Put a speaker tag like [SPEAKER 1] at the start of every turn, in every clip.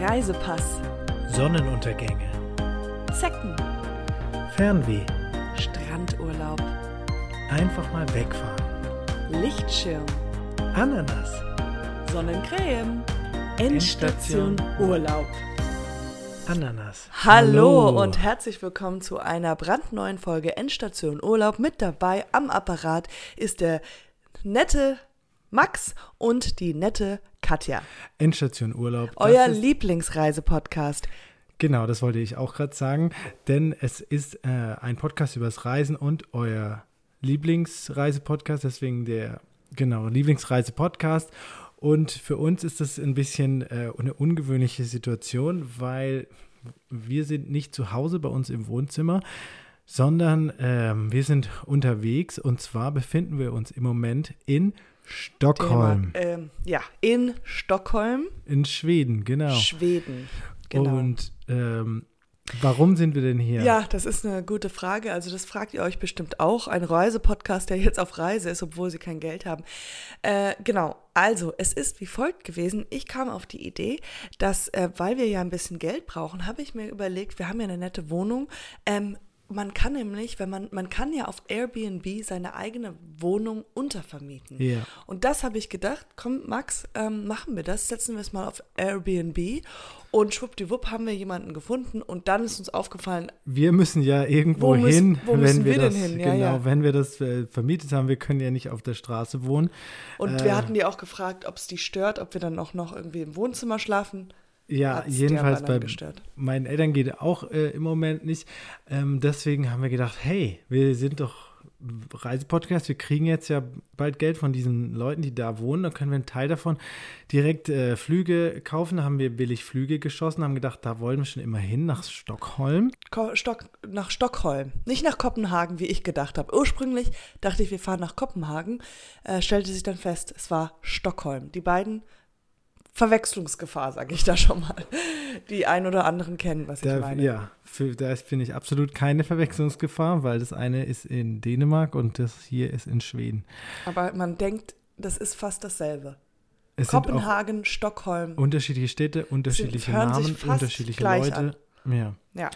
[SPEAKER 1] Reisepass,
[SPEAKER 2] Sonnenuntergänge,
[SPEAKER 1] Zecken,
[SPEAKER 2] Fernweh,
[SPEAKER 1] Strandurlaub,
[SPEAKER 2] einfach mal wegfahren,
[SPEAKER 1] Lichtschirm,
[SPEAKER 2] Ananas.
[SPEAKER 1] Sonnencreme,
[SPEAKER 2] Endstation
[SPEAKER 1] Endstation Urlaub.
[SPEAKER 2] Ananas.
[SPEAKER 1] Hallo und herzlich willkommen zu einer brandneuen Folge Endstation Urlaub. Mit dabei am Apparat ist der nette Max und die nette Katja.
[SPEAKER 2] Endstation Urlaub. das
[SPEAKER 1] Euer
[SPEAKER 2] ist-
[SPEAKER 1] Lieblingsreisepodcast.
[SPEAKER 2] Genau, das wollte ich auch gerade sagen, denn es ist äh, ein Podcast übers Reisen und euer Lieblingsreisepodcast, deswegen der genau Lieblingsreisepodcast. Und für uns ist das ein bisschen äh, eine ungewöhnliche Situation, weil wir sind nicht zu Hause bei uns im Wohnzimmer, sondern ähm, wir sind unterwegs und zwar befinden wir uns im Moment in Stockholm,
[SPEAKER 1] Ähm, ja, in Stockholm,
[SPEAKER 2] in Schweden, genau.
[SPEAKER 1] Schweden. Genau.
[SPEAKER 2] Und ähm, warum sind wir denn hier?
[SPEAKER 1] Ja, das ist eine gute Frage. Also das fragt ihr euch bestimmt auch. Ein Reisepodcast, der jetzt auf Reise ist, obwohl sie kein Geld haben. Äh, genau. Also es ist wie folgt gewesen. Ich kam auf die Idee, dass äh, weil wir ja ein bisschen Geld brauchen, habe ich mir überlegt, wir haben ja eine nette Wohnung. Ähm, man kann nämlich, wenn man, man kann ja auf Airbnb seine eigene Wohnung untervermieten.
[SPEAKER 2] Ja.
[SPEAKER 1] Und das habe ich gedacht, komm Max, ähm, machen wir das, setzen wir es mal auf Airbnb und schwuppdiwupp haben wir jemanden gefunden und dann ist uns aufgefallen,
[SPEAKER 2] Wir müssen ja irgendwo
[SPEAKER 1] Wo müssen-
[SPEAKER 2] hin,
[SPEAKER 1] wo
[SPEAKER 2] wenn
[SPEAKER 1] müssen
[SPEAKER 2] wir
[SPEAKER 1] wir denn
[SPEAKER 2] das
[SPEAKER 1] hin? Ja,
[SPEAKER 2] genau,
[SPEAKER 1] ja.
[SPEAKER 2] wenn wir das äh, vermietet haben. Wir können ja nicht auf der Straße wohnen.
[SPEAKER 1] Und
[SPEAKER 2] Äh.
[SPEAKER 1] wir hatten die auch gefragt, ob es die stört, ob wir dann auch noch irgendwie im Wohnzimmer schlafen.
[SPEAKER 2] Ja,
[SPEAKER 1] Hat's
[SPEAKER 2] jedenfalls
[SPEAKER 1] derweil
[SPEAKER 2] bei
[SPEAKER 1] gestört.
[SPEAKER 2] meinen Eltern geht auch äh, im Moment nicht. Ähm, deswegen haben wir gedacht, hey, wir sind doch Reisepodcast, wir kriegen jetzt ja bald Geld von diesen Leuten, die da wohnen, dann können wir einen Teil davon direkt äh, Flüge kaufen. Da haben wir billig Flüge geschossen, haben gedacht, da wollen wir schon immer hin, nach Stockholm.
[SPEAKER 1] Ko Stock nach Stockholm, nicht nach Kopenhagen, wie ich gedacht habe. Ursprünglich dachte ich, wir fahren nach Kopenhagen, äh, stellte sich dann fest, es war Stockholm. Die beiden Verwechslungsgefahr, sage ich da schon mal. Die ein oder anderen kennen, was ich
[SPEAKER 2] Da,
[SPEAKER 1] meine.
[SPEAKER 2] ja, für, da finde ich absolut keine Verwechslungsgefahr, weil das eine ist in Dänemark und das hier ist in Schweden.
[SPEAKER 1] Aber man denkt, das ist fast dasselbe.
[SPEAKER 2] Es sind auch
[SPEAKER 1] Kopenhagen, Stockholm.
[SPEAKER 2] unterschiedliche Städte, unterschiedliche
[SPEAKER 1] hören sich
[SPEAKER 2] Namen,
[SPEAKER 1] fast
[SPEAKER 2] unterschiedliche
[SPEAKER 1] gleich
[SPEAKER 2] Leute. Ja.
[SPEAKER 1] Ja.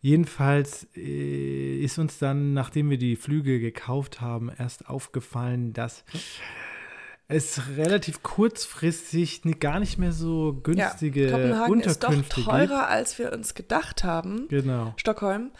[SPEAKER 2] Jedenfalls äh, ist uns dann, nachdem wir die Flüge gekauft haben, erst aufgefallen, dass es relativ kurzfristig ni- gar nicht mehr so günstige
[SPEAKER 1] ja. Kopenhagen ist doch
[SPEAKER 2] Unterkünfte
[SPEAKER 1] teurer, als wir uns gedacht haben.
[SPEAKER 2] gibt. Genau.
[SPEAKER 1] Stockholm.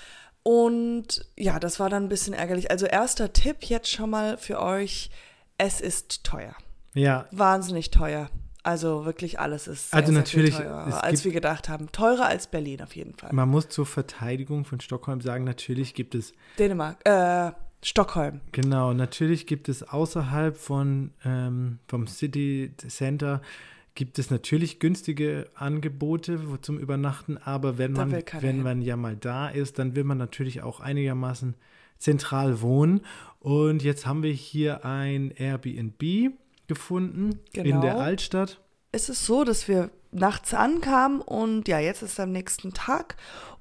[SPEAKER 1] Und ja, das war dann ein bisschen ärgerlich. Also erster Tipp jetzt schon mal für euch. Es ist teuer.
[SPEAKER 2] Ja,
[SPEAKER 1] Wahnsinnig teuer. Also wirklich alles ist sehr,
[SPEAKER 2] Also
[SPEAKER 1] sehr
[SPEAKER 2] natürlich,
[SPEAKER 1] viel
[SPEAKER 2] es
[SPEAKER 1] teurer, als
[SPEAKER 2] gibt-
[SPEAKER 1] wir gedacht haben. Teurer als Berlin auf jeden Fall.
[SPEAKER 2] man muss zur Verteidigung von Stockholm sagen, natürlich gibt es
[SPEAKER 1] Dänemark, äh, Stockholm.
[SPEAKER 2] Genau, natürlich gibt es außerhalb von, ähm, vom City Center gibt es natürlich günstige Angebote wo- zum Übernachten, aber wenn
[SPEAKER 1] Da
[SPEAKER 2] man,
[SPEAKER 1] will keiner
[SPEAKER 2] wenn
[SPEAKER 1] hin.
[SPEAKER 2] man ja mal da ist, dann will man natürlich auch einigermaßen zentral wohnen. Und jetzt haben wir hier ein Airbnb gefunden in
[SPEAKER 1] Genau.
[SPEAKER 2] der Altstadt.
[SPEAKER 1] Es ist so, dass wir nachts ankamen und ja, jetzt ist am nächsten Tag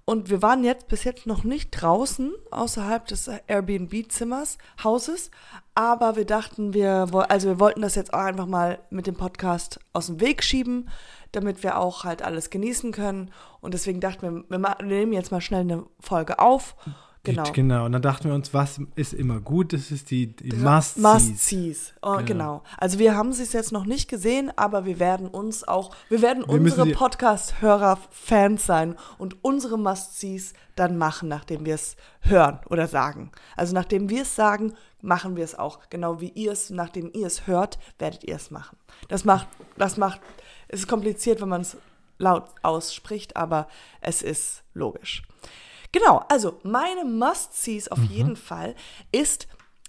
[SPEAKER 1] und wir waren jetzt bis jetzt noch nicht draußen außerhalb des Airbnb-Zimmers, Hauses, aber wir dachten, wir, woll- also wir wollten das jetzt auch einfach mal mit dem Podcast aus dem Weg schieben, damit wir auch halt alles genießen können und deswegen dachten wir, wir, ma- wir nehmen jetzt mal schnell eine Folge auf. Genau.
[SPEAKER 2] Genau. genau. Und dann dachten wir uns, was ist immer gut? Das ist die, die Must-Sees.
[SPEAKER 1] Must-Sees. Oh, genau. Also wir haben sie es jetzt noch nicht gesehen, aber wir werden uns auch, wir werden
[SPEAKER 2] Wir müssen
[SPEAKER 1] unsere
[SPEAKER 2] sie-
[SPEAKER 1] Podcast-Hörer-Fans sein und unsere Must-Sees dann machen, nachdem wir es hören oder sagen. Also nachdem wir es sagen, machen wir es auch. Genau wie ihr es, nachdem ihr es hört, werdet ihr es machen. Das macht, das macht, es ist kompliziert, wenn man es laut ausspricht, aber es ist logisch. Genau, also meine Must-Sees auf
[SPEAKER 2] Mhm.
[SPEAKER 1] jeden Fall ist,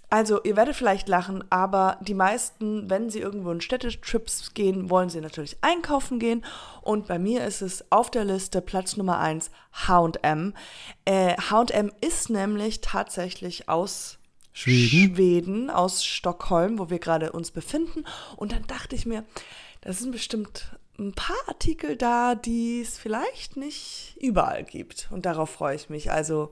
[SPEAKER 1] also ihr werdet vielleicht lachen, aber die meisten, wenn sie irgendwo in Städtetrips gehen, wollen sie natürlich einkaufen gehen. Und bei mir ist es auf der Liste Platz Nummer 1 HM. Äh, HM ist nämlich tatsächlich aus
[SPEAKER 2] Schweden.
[SPEAKER 1] Schweden, aus Stockholm, wo wir gerade uns befinden. Und dann dachte ich mir, das sind bestimmt ein paar Artikel da, die es vielleicht nicht überall gibt. Und darauf freue ich mich. Also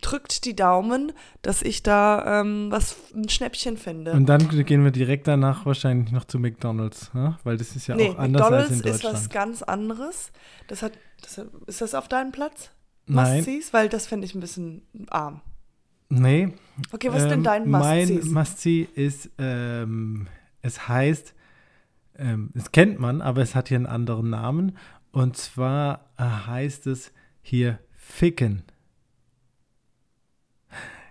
[SPEAKER 1] drückt die Daumen, dass ich da ähm, was ein Schnäppchen finde.
[SPEAKER 2] Und dann gehen wir direkt danach wahrscheinlich noch zu McDonalds, ne? weil das ist ja
[SPEAKER 1] nee,
[SPEAKER 2] auch anders
[SPEAKER 1] McDonald's
[SPEAKER 2] als in
[SPEAKER 1] ist
[SPEAKER 2] Deutschland.
[SPEAKER 1] was ganz anderes. Das hat, das hat, ist das auf deinem Platz?
[SPEAKER 2] Nein.
[SPEAKER 1] Must-sees? Weil das finde ich ein bisschen arm.
[SPEAKER 2] nee.
[SPEAKER 1] Okay, was ist denn
[SPEAKER 2] ähm,
[SPEAKER 1] dein
[SPEAKER 2] Mein
[SPEAKER 1] Must-sees?
[SPEAKER 2] Must-See ist, ähm, es heißt, ähm, es kennt man, aber es hat hier einen anderen Namen. Und zwar äh, heißt es hier Ficken.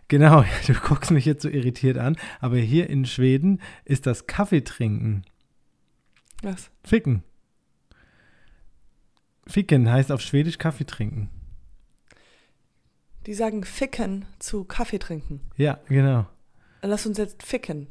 [SPEAKER 2] Genau, du guckst mich jetzt so irritiert an, aber hier in Schweden ist das Kaffee trinken.
[SPEAKER 1] Was?
[SPEAKER 2] Ficken. Ficken heißt auf Schwedisch Kaffee trinken.
[SPEAKER 1] Die sagen ficken zu Kaffee trinken.
[SPEAKER 2] Ja, genau.
[SPEAKER 1] Lass uns jetzt ficken.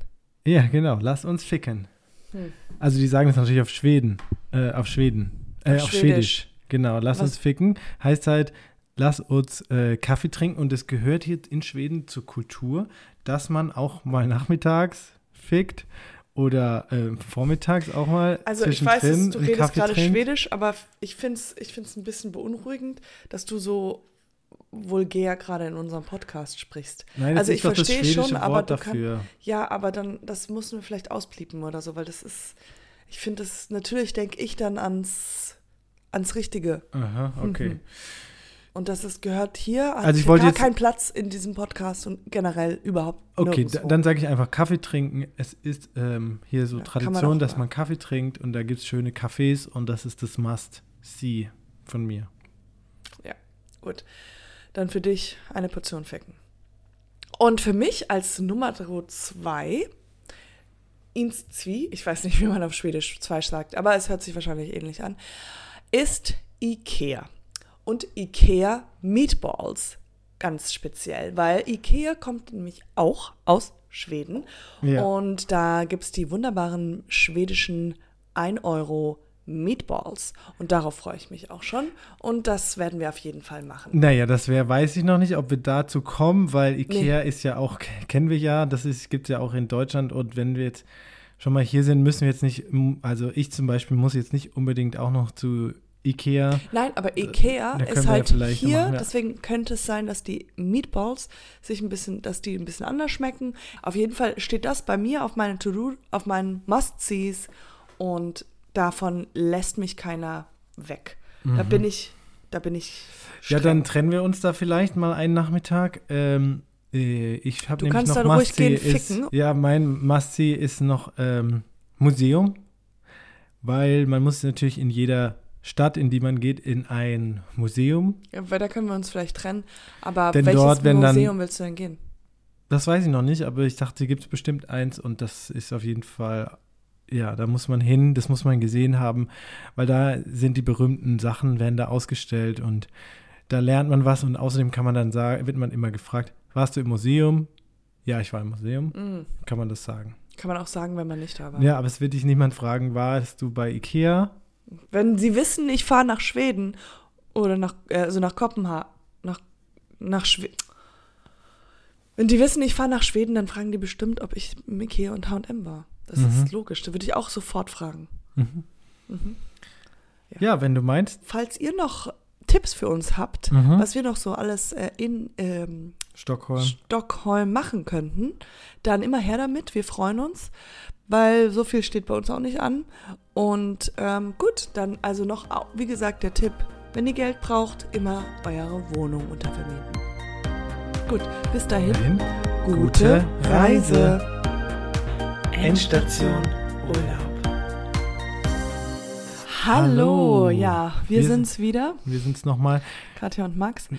[SPEAKER 2] Ja, genau. Lass uns ficken.
[SPEAKER 1] Hm.
[SPEAKER 2] Also die sagen das natürlich auf Schweden. Äh, auf Schweden. Äh,
[SPEAKER 1] Auf
[SPEAKER 2] auf,
[SPEAKER 1] Schwedisch.
[SPEAKER 2] Schwedisch. Genau. Lass
[SPEAKER 1] Was-
[SPEAKER 2] uns ficken heißt halt, lass uns äh, Kaffee trinken. Und es gehört hier in Schweden zur Kultur, dass man auch mal nachmittags fickt oder äh, vormittags auch mal
[SPEAKER 1] Also ich weiß, dass
[SPEAKER 2] zwischendrin
[SPEAKER 1] du
[SPEAKER 2] einen
[SPEAKER 1] redest
[SPEAKER 2] Kaffee
[SPEAKER 1] gerade
[SPEAKER 2] trinkt.
[SPEAKER 1] Schwedisch, aber ich finde es ich find's ein bisschen beunruhigend, dass du so vulgär gerade in unserem Podcast sprichst.
[SPEAKER 2] Nein, das
[SPEAKER 1] also
[SPEAKER 2] ist
[SPEAKER 1] ich
[SPEAKER 2] doch das
[SPEAKER 1] verstehe
[SPEAKER 2] schwedische
[SPEAKER 1] schon, aber
[SPEAKER 2] Wort
[SPEAKER 1] du kannst.
[SPEAKER 2] dafür.
[SPEAKER 1] Ja, aber dann, das müssen wir vielleicht ausbliepen oder so, weil das ist, ich finde das, natürlich denke ich dann ans, ans Richtige.
[SPEAKER 2] Aha, okay.
[SPEAKER 1] Mhm. Und das ist, gehört hier, hat
[SPEAKER 2] Also ich wollte
[SPEAKER 1] gar
[SPEAKER 2] jetzt-
[SPEAKER 1] keinen Platz in diesem Podcast und generell überhaupt
[SPEAKER 2] Okay, da,
[SPEAKER 1] nirgendwo.
[SPEAKER 2] dann sage ich einfach Kaffee trinken. Es ist ähm, hier so
[SPEAKER 1] Ja, kann man
[SPEAKER 2] Tradition,
[SPEAKER 1] auch
[SPEAKER 2] dass
[SPEAKER 1] machen.
[SPEAKER 2] man Kaffee trinkt und da gibt es schöne Cafés und das ist das Must-See von mir.
[SPEAKER 1] Gut. Dann für dich eine Portion Ficken. Und für mich als Nummer 2 ins Zwie, ich weiß nicht, wie man auf Schwedisch zwei sagt, aber es hört sich wahrscheinlich ähnlich an, ist Ikea. Und Ikea Meatballs ganz speziell, weil Ikea kommt nämlich auch aus Schweden.
[SPEAKER 2] Ja.
[SPEAKER 1] Und da gibt es die wunderbaren schwedischen 1 Euro Meatballs. Und darauf freue ich mich auch schon. Und das werden wir auf jeden Fall machen.
[SPEAKER 2] Naja, das wäre, weiß ich noch nicht, ob wir dazu kommen, weil Ikea ist ja auch, kennen wir ja, das gibt es ja auch in Deutschland und wenn wir jetzt schon mal hier sind, müssen wir jetzt nicht, mm, also ich zum Beispiel muss jetzt nicht unbedingt auch noch zu Ikea.
[SPEAKER 1] Nein, aber Ikea
[SPEAKER 2] Äh, da können wir
[SPEAKER 1] ist
[SPEAKER 2] ja
[SPEAKER 1] halt
[SPEAKER 2] vielleicht
[SPEAKER 1] hier,
[SPEAKER 2] machen, ja.
[SPEAKER 1] deswegen könnte es sein, dass die Meatballs sich ein bisschen, dass die ein bisschen anders schmecken. Auf jeden Fall steht das bei mir auf meinen To-Do, auf meinen Must-Sees und davon lässt mich keiner weg. Da bin ich, da bin ich.
[SPEAKER 2] Mhm. Ja, dann
[SPEAKER 1] streng.
[SPEAKER 2] trennen wir uns da vielleicht mal einen Nachmittag. Ähm, äh, ich habe
[SPEAKER 1] Du
[SPEAKER 2] nämlich
[SPEAKER 1] kannst
[SPEAKER 2] noch
[SPEAKER 1] dann ruhig
[SPEAKER 2] Masti
[SPEAKER 1] gehen
[SPEAKER 2] ist,
[SPEAKER 1] ficken.
[SPEAKER 2] Ja, mein Masti ist noch ähm, Museum, weil man muss natürlich in jeder Stadt, in die man geht, in ein Museum.
[SPEAKER 1] Ja, weil da können wir uns vielleicht trennen. Aber
[SPEAKER 2] Denn
[SPEAKER 1] welches
[SPEAKER 2] dort, wenn dann-
[SPEAKER 1] Museum willst du denn gehen?
[SPEAKER 2] Das weiß ich noch nicht, aber ich dachte, gibt es bestimmt eins und das ist auf jeden Fall, ja, da muss man hin, das muss man gesehen haben, weil da sind die berühmten Sachen, werden da ausgestellt und da lernt man was und außerdem kann man dann sagen, wird man immer gefragt, warst du im Museum? Ja, ich war im Museum,
[SPEAKER 1] Mhm.
[SPEAKER 2] kann man das sagen.
[SPEAKER 1] Kann man auch sagen, wenn man nicht da war.
[SPEAKER 2] Ja, aber es wird dich niemand fragen, warst du bei Ikea?
[SPEAKER 1] Wenn sie wissen, ich fahre nach Schweden oder nach, äh, also nach Kopenhagen, nach, nach Schweden. Wenn die wissen, ich fahre nach Schweden, dann fragen die bestimmt, ob ich im Ikea und H&M war. Das
[SPEAKER 2] Mhm.
[SPEAKER 1] ist logisch, da würde ich auch sofort fragen.
[SPEAKER 2] Ja, wenn du meinst,
[SPEAKER 1] Falls ihr noch Tipps für uns habt,
[SPEAKER 2] Mhm.
[SPEAKER 1] was wir noch so alles äh, in ähm,
[SPEAKER 2] Stockholm.
[SPEAKER 1] Stockholm machen könnten, dann immer her damit. Wir freuen uns, weil so viel steht bei uns auch nicht an. Und ähm, gut, dann also noch, au- wie gesagt, der Tipp, wenn ihr Geld braucht, immer eure Wohnung untervermieten. Gut, bis dahin,
[SPEAKER 2] Dahin.
[SPEAKER 1] gute,
[SPEAKER 2] gute
[SPEAKER 1] Reise.
[SPEAKER 2] Reise.
[SPEAKER 1] Endstation Urlaub. Hallo,
[SPEAKER 2] Hallo.
[SPEAKER 1] ja, wir,
[SPEAKER 2] Wir
[SPEAKER 1] sind's wieder,
[SPEAKER 2] Wir sind es nochmal.
[SPEAKER 1] Katja und Max.
[SPEAKER 2] Hm.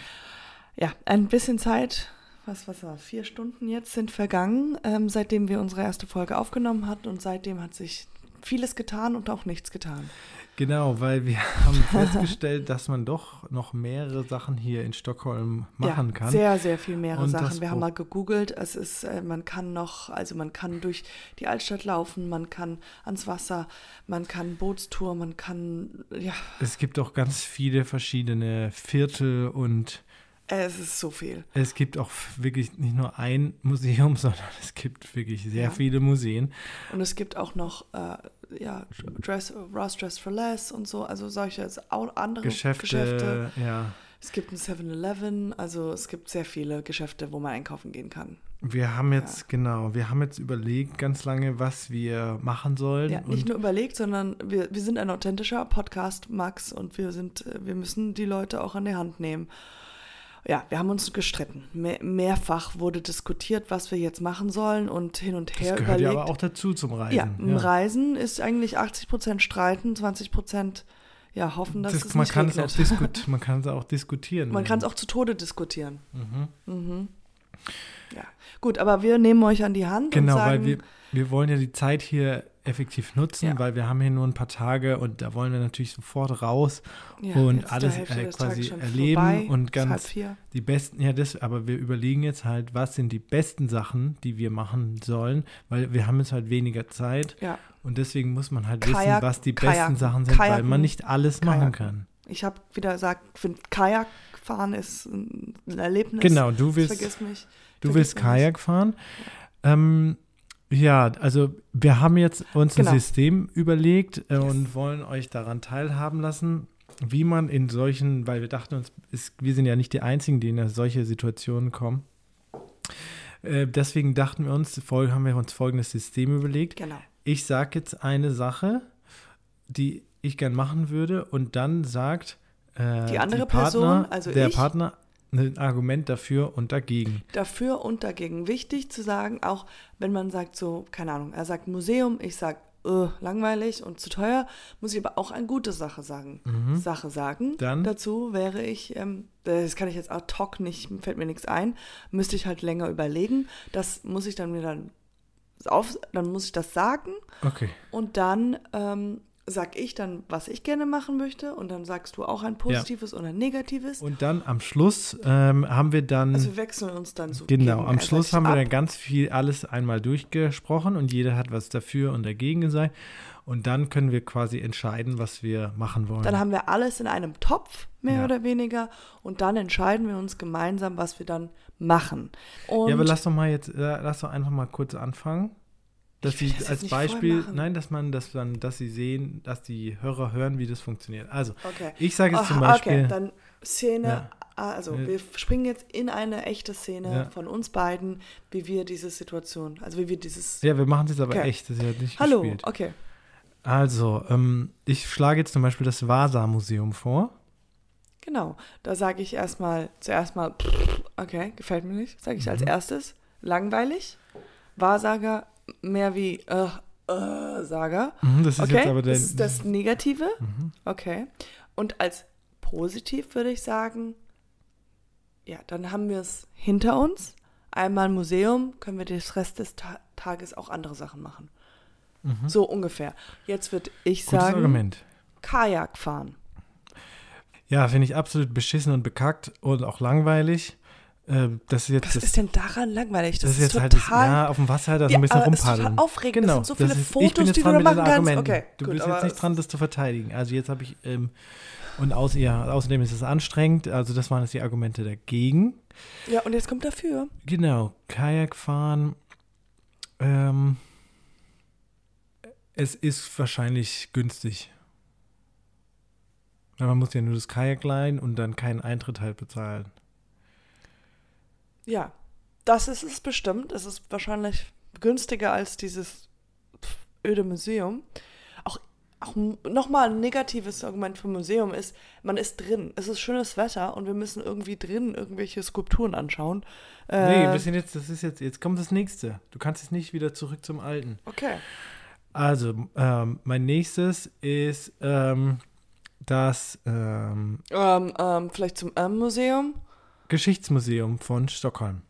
[SPEAKER 1] Ja, ein bisschen Zeit, was, was war, vier Stunden jetzt sind vergangen, ähm, seitdem wir unsere erste Folge aufgenommen hatten und seitdem hat sich vieles getan und auch nichts getan.
[SPEAKER 2] Genau, weil wir haben festgestellt, dass man doch noch mehrere Sachen hier in Stockholm machen
[SPEAKER 1] ja,
[SPEAKER 2] kann.
[SPEAKER 1] Sehr, sehr viel mehrere
[SPEAKER 2] Und
[SPEAKER 1] Sachen.
[SPEAKER 2] das
[SPEAKER 1] Wir haben
[SPEAKER 2] Pro-
[SPEAKER 1] mal gegoogelt. Es ist, äh, man kann noch, also man kann durch die Altstadt laufen, man kann ans Wasser, man kann Bootstour, man kann, ja,
[SPEAKER 2] Es gibt auch ganz viele verschiedene Viertel und
[SPEAKER 1] es ist so viel.
[SPEAKER 2] es gibt auch wirklich nicht nur ein Museum, sondern es gibt wirklich sehr
[SPEAKER 1] Ja.
[SPEAKER 2] viele Museen.
[SPEAKER 1] Und es gibt auch noch äh, ja, Dress, Ross Dress for Less und so, also solche also auch andere
[SPEAKER 2] Geschäfte,
[SPEAKER 1] Geschäfte.
[SPEAKER 2] ja.
[SPEAKER 1] Es gibt ein 7-Eleven, also es gibt sehr viele Geschäfte, wo man einkaufen gehen kann.
[SPEAKER 2] Wir haben jetzt, genau, wir haben jetzt überlegt ganz lange, was wir machen sollen.
[SPEAKER 1] Ja, nicht nur überlegt, sondern wir, wir sind ein authentischer Podcast, Max, und wir sind, äh, wir müssen die Leute auch an die Hand nehmen. Ja, wir haben uns gestritten. Mehr, mehrfach wurde diskutiert, was wir jetzt machen sollen und hin und her
[SPEAKER 2] das gehört
[SPEAKER 1] überlegt.
[SPEAKER 2] ja aber auch dazu zum Reisen.
[SPEAKER 1] ja, im Reisen ist eigentlich 80% streiten, 20% ja, hoffen, dass
[SPEAKER 2] Das,
[SPEAKER 1] es
[SPEAKER 2] man,
[SPEAKER 1] nicht
[SPEAKER 2] kann es auch
[SPEAKER 1] regnet.
[SPEAKER 2] diskut, man kann es auch diskutieren.
[SPEAKER 1] Man kann es auch zu Tode diskutieren. Mhm. Ja. Gut, aber wir nehmen euch an die Hand
[SPEAKER 2] Genau,
[SPEAKER 1] und sagen,
[SPEAKER 2] weil wir, wir wollen ja die Zeit hier effektiv nutzen,
[SPEAKER 1] Ja.
[SPEAKER 2] weil wir haben hier nur ein paar Tage und da wollen wir natürlich sofort raus
[SPEAKER 1] ja, jetzt
[SPEAKER 2] und
[SPEAKER 1] ist
[SPEAKER 2] alles
[SPEAKER 1] der Hälfte
[SPEAKER 2] äh,
[SPEAKER 1] des Tages
[SPEAKER 2] quasi
[SPEAKER 1] schon
[SPEAKER 2] erleben
[SPEAKER 1] vorbei,
[SPEAKER 2] und
[SPEAKER 1] ist halb
[SPEAKER 2] ganz
[SPEAKER 1] vier.
[SPEAKER 2] die besten, ja das, aber wir überlegen jetzt halt, was sind die besten Sachen, die wir machen sollen, weil wir haben jetzt halt weniger Zeit
[SPEAKER 1] Ja.
[SPEAKER 2] und deswegen muss man halt
[SPEAKER 1] Kajak-
[SPEAKER 2] wissen, was die
[SPEAKER 1] Kajaken-
[SPEAKER 2] besten Sachen sind, weil
[SPEAKER 1] Kajaken-
[SPEAKER 2] man nicht alles machen
[SPEAKER 1] Kajaken.
[SPEAKER 2] kann.
[SPEAKER 1] Ich habe wieder gesagt, ich finde Kajakfahren ist ein Erlebnis.
[SPEAKER 2] Genau, du
[SPEAKER 1] Das
[SPEAKER 2] willst
[SPEAKER 1] vergiss mich.
[SPEAKER 2] Du
[SPEAKER 1] Vergiss
[SPEAKER 2] willst
[SPEAKER 1] mich nicht.
[SPEAKER 2] Kajak fahren? Ähm, ja, also wir haben jetzt uns
[SPEAKER 1] Genau.
[SPEAKER 2] ein System überlegt äh,
[SPEAKER 1] Yes.
[SPEAKER 2] und wollen euch daran teilhaben lassen, wie man in solchen, weil wir dachten uns, ist, wir sind ja nicht die Einzigen, die in solche Situationen kommen. Äh, deswegen dachten wir uns, fol- haben wir uns folgendes System überlegt.
[SPEAKER 1] Genau.
[SPEAKER 2] Ich sage jetzt eine Sache, die ich gern machen würde, und dann sagt äh,
[SPEAKER 1] Die andere Person, also
[SPEAKER 2] der
[SPEAKER 1] ich-
[SPEAKER 2] Partner, ein Argument dafür und dagegen.
[SPEAKER 1] Dafür und dagegen. Wichtig zu sagen, auch wenn man sagt so, keine Ahnung, er sagt Museum, ich sag äh, langweilig und zu teuer, muss ich aber auch eine gute Sache sagen. Sache sagen.
[SPEAKER 2] Mhm. Dann?
[SPEAKER 1] Dazu wäre ich, ähm, das kann ich jetzt ad hoc nicht, fällt mir nichts ein, müsste ich halt länger überlegen. Das muss ich dann mir dann auf, dann muss ich das sagen
[SPEAKER 2] Okay.
[SPEAKER 1] Und dann ähm, sag ich dann, was ich gerne machen möchte. Und dann sagst du auch ein positives und ein negatives.
[SPEAKER 2] Und dann am Schluss ähm, haben wir dann,
[SPEAKER 1] also wir wechseln uns dann so.
[SPEAKER 2] genau,
[SPEAKER 1] gegen-
[SPEAKER 2] am
[SPEAKER 1] also
[SPEAKER 2] Schluss
[SPEAKER 1] ich
[SPEAKER 2] haben wir
[SPEAKER 1] ab.
[SPEAKER 2] dann ganz viel alles einmal durchgesprochen und jeder hat was dafür und dagegen gesagt. Und dann können wir quasi entscheiden, was wir machen wollen.
[SPEAKER 1] Dann haben wir alles in einem Topf, mehr
[SPEAKER 2] Ja.
[SPEAKER 1] oder weniger. Und dann entscheiden wir uns gemeinsam, was wir dann machen. Und
[SPEAKER 2] ja, aber lass doch mal jetzt, äh, lass doch einfach mal kurz anfangen. Dass
[SPEAKER 1] will
[SPEAKER 2] sie
[SPEAKER 1] das jetzt
[SPEAKER 2] als
[SPEAKER 1] nicht voll
[SPEAKER 2] Beispiel,
[SPEAKER 1] machen.
[SPEAKER 2] nein, dass man das dann, dass sie sehen, dass die Hörer hören, wie das funktioniert. Also,
[SPEAKER 1] Okay.
[SPEAKER 2] ich sage jetzt
[SPEAKER 1] Ah,
[SPEAKER 2] zum Beispiel,
[SPEAKER 1] Okay, dann Szene.
[SPEAKER 2] Ja.
[SPEAKER 1] ah, Also,
[SPEAKER 2] Ja.
[SPEAKER 1] wir springen jetzt in eine echte Szene
[SPEAKER 2] Ja.
[SPEAKER 1] von uns beiden, wie wir diese Situation, also wie wir dieses.
[SPEAKER 2] ja, wir machen es jetzt aber
[SPEAKER 1] Okay.
[SPEAKER 2] echt, das ist ja nicht
[SPEAKER 1] Hallo,
[SPEAKER 2] gespielt.
[SPEAKER 1] okay.
[SPEAKER 2] Also, ähm, ich schlage jetzt zum Beispiel das Vasa-Museum vor.
[SPEAKER 1] Genau, da sage ich erstmal, zuerst mal, pff, okay, gefällt mir nicht, sage ich
[SPEAKER 2] Mhm.
[SPEAKER 1] als erstes, langweilig, Wahrsager mehr wie äh, äh, Sager.
[SPEAKER 2] Mhm, Das ist
[SPEAKER 1] Okay,
[SPEAKER 2] jetzt aber der, Mhm.
[SPEAKER 1] das ist das Negative, okay. Und als positiv würde ich sagen, ja, dann haben wir es hinter uns, einmal ein Museum, können wir den Rest des Ta Tages auch andere Sachen machen. So ungefähr. Jetzt würde ich
[SPEAKER 2] Mhm. Gutes
[SPEAKER 1] sagen,
[SPEAKER 2] Argument.
[SPEAKER 1] Kajak fahren.
[SPEAKER 2] Ja, finde ich absolut beschissen und bekackt und auch langweilig. Ähm, das ist jetzt
[SPEAKER 1] Was
[SPEAKER 2] das,
[SPEAKER 1] ist denn daran langweilig? Das,
[SPEAKER 2] das ist
[SPEAKER 1] ist
[SPEAKER 2] jetzt
[SPEAKER 1] total
[SPEAKER 2] halt das, ja, auf dem Wasser da so ein
[SPEAKER 1] Ja,
[SPEAKER 2] bisschen
[SPEAKER 1] aber es ist total
[SPEAKER 2] rumpaddeln.
[SPEAKER 1] aufregend. Das
[SPEAKER 2] Genau,
[SPEAKER 1] sind so viele
[SPEAKER 2] das ist, ich
[SPEAKER 1] Fotos,
[SPEAKER 2] bin jetzt
[SPEAKER 1] die du
[SPEAKER 2] dran
[SPEAKER 1] da
[SPEAKER 2] mit den
[SPEAKER 1] machen kannst.
[SPEAKER 2] Argumenten.
[SPEAKER 1] Okay,
[SPEAKER 2] du
[SPEAKER 1] gut,
[SPEAKER 2] bist
[SPEAKER 1] aber
[SPEAKER 2] jetzt
[SPEAKER 1] es-
[SPEAKER 2] nicht dran, das zu verteidigen. Also jetzt habe ich ähm, und aus, ja, außerdem ist es anstrengend. Also das waren jetzt die Argumente dagegen.
[SPEAKER 1] Ja, und jetzt kommt dafür.
[SPEAKER 2] Genau, Kajak fahren. Ähm, es ist wahrscheinlich günstig. Weil man muss ja nur das Kajak leihen und dann keinen Eintritt halt bezahlen.
[SPEAKER 1] Ja, das ist es bestimmt. Es ist wahrscheinlich günstiger als dieses pff, öde Museum. Auch, auch nochmal ein negatives Argument für Museum ist, man ist drin. Es ist schönes Wetter und wir müssen irgendwie drin irgendwelche Skulpturen anschauen.
[SPEAKER 2] Nee,
[SPEAKER 1] Äh,
[SPEAKER 2] wir sind jetzt, das ist jetzt, jetzt kommt das nächste. Du kannst jetzt nicht wieder zurück zum Alten.
[SPEAKER 1] okay.
[SPEAKER 2] Also, ähm, mein nächstes ist, ähm, das ähm,
[SPEAKER 1] Ähm, ähm, vielleicht zum ähm, Museum.
[SPEAKER 2] Geschichtsmuseum von Stockholm.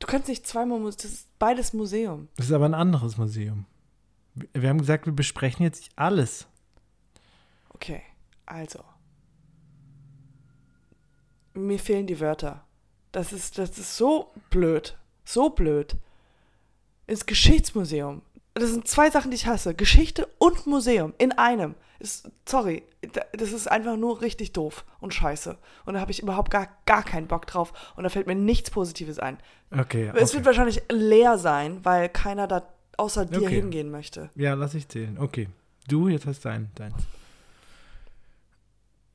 [SPEAKER 1] Du kannst nicht zweimal, Muse- das ist beides Museum.
[SPEAKER 2] Das ist aber ein anderes Museum. Wir- Wir haben gesagt, wir besprechen jetzt alles.
[SPEAKER 1] Okay, also. Mir fehlen die Wörter. Das ist, das ist so blöd. So blöd. Ins Geschichtsmuseum. Das sind zwei Sachen, die ich hasse. Geschichte und Museum in einem. Ist, sorry, da- das ist einfach nur richtig doof und scheiße. Und da habe ich überhaupt gar, gar keinen Bock drauf. Und da fällt mir nichts Positives ein.
[SPEAKER 2] Okay.
[SPEAKER 1] Es
[SPEAKER 2] okay.
[SPEAKER 1] wird wahrscheinlich leer sein, weil keiner da außer dir
[SPEAKER 2] Okay.
[SPEAKER 1] hingehen möchte.
[SPEAKER 2] Ja, lass ich zählen. Okay. Du, jetzt hast dein, deins.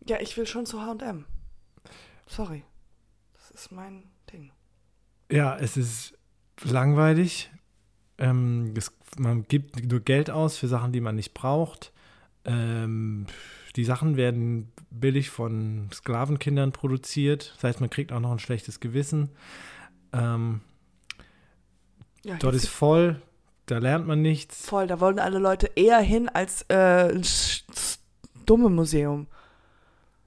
[SPEAKER 1] Ja, ich will schon zu HM. Sorry. Das ist mein Ding.
[SPEAKER 2] Ja, es ist langweilig. Ähm, es, man gibt nur Geld aus für Sachen, die man nicht braucht. Ähm, die Sachen werden billig von Sklavenkindern produziert. Das heißt, man kriegt auch noch ein schlechtes Gewissen. Ähm,
[SPEAKER 1] Ja,
[SPEAKER 2] dort
[SPEAKER 1] jetzt
[SPEAKER 2] ist voll, da lernt man nichts.
[SPEAKER 1] voll. Da wollen alle Leute eher hin als äh, ein sch- sch- dumme Museum.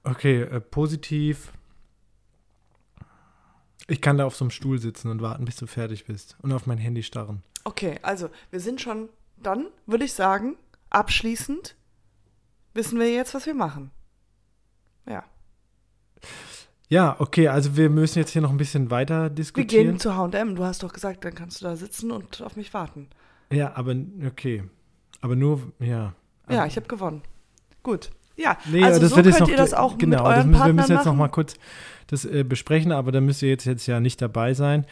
[SPEAKER 2] Okay, äh, positiv. Ich kann da auf so einem Stuhl sitzen und warten, bis du fertig bist und auf mein Handy starren.
[SPEAKER 1] Okay, also wir sind schon dann, würde ich sagen, abschließend wissen wir jetzt, was wir machen. Ja.
[SPEAKER 2] Ja, okay, also wir müssen jetzt hier noch ein bisschen weiter
[SPEAKER 1] Wir
[SPEAKER 2] diskutieren.
[SPEAKER 1] gehen zu HM. Du hast doch gesagt, dann kannst du da sitzen und auf mich warten.
[SPEAKER 2] Ja, aber okay. Aber nur, ja.
[SPEAKER 1] Ja, ich habe gewonnen. Gut. Ja,
[SPEAKER 2] Ähm. Nee,
[SPEAKER 1] also
[SPEAKER 2] das
[SPEAKER 1] so
[SPEAKER 2] wird
[SPEAKER 1] könnt
[SPEAKER 2] jetzt noch,
[SPEAKER 1] ihr das auch
[SPEAKER 2] genau,
[SPEAKER 1] mit
[SPEAKER 2] das
[SPEAKER 1] euren
[SPEAKER 2] müssen, wir
[SPEAKER 1] Partnern
[SPEAKER 2] müssen jetzt
[SPEAKER 1] machen.
[SPEAKER 2] noch mal kurz das äh, besprechen, aber da müsst ihr jetzt, jetzt ja nicht dabei sein.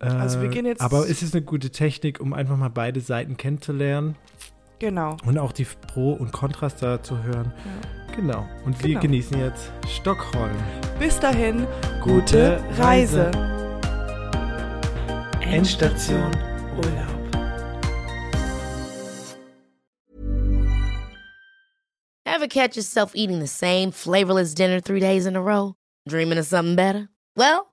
[SPEAKER 2] Äh,
[SPEAKER 1] Also wir gehen jetzt-
[SPEAKER 2] aber es ist eine gute Technik, um einfach mal beide Seiten kennenzulernen
[SPEAKER 1] Genau.
[SPEAKER 2] und auch die Pro- und Kontras da zu hören. Genau. Und wir
[SPEAKER 1] Genau.
[SPEAKER 2] genießen jetzt Stockholm.
[SPEAKER 1] Bis dahin,
[SPEAKER 2] Gute
[SPEAKER 1] gute Reise.
[SPEAKER 2] Reise.
[SPEAKER 1] Endstation Urlaub.
[SPEAKER 3] Ever catch yourself eating the same flavorless dinner three days in a row? Dreaming of something better? Well,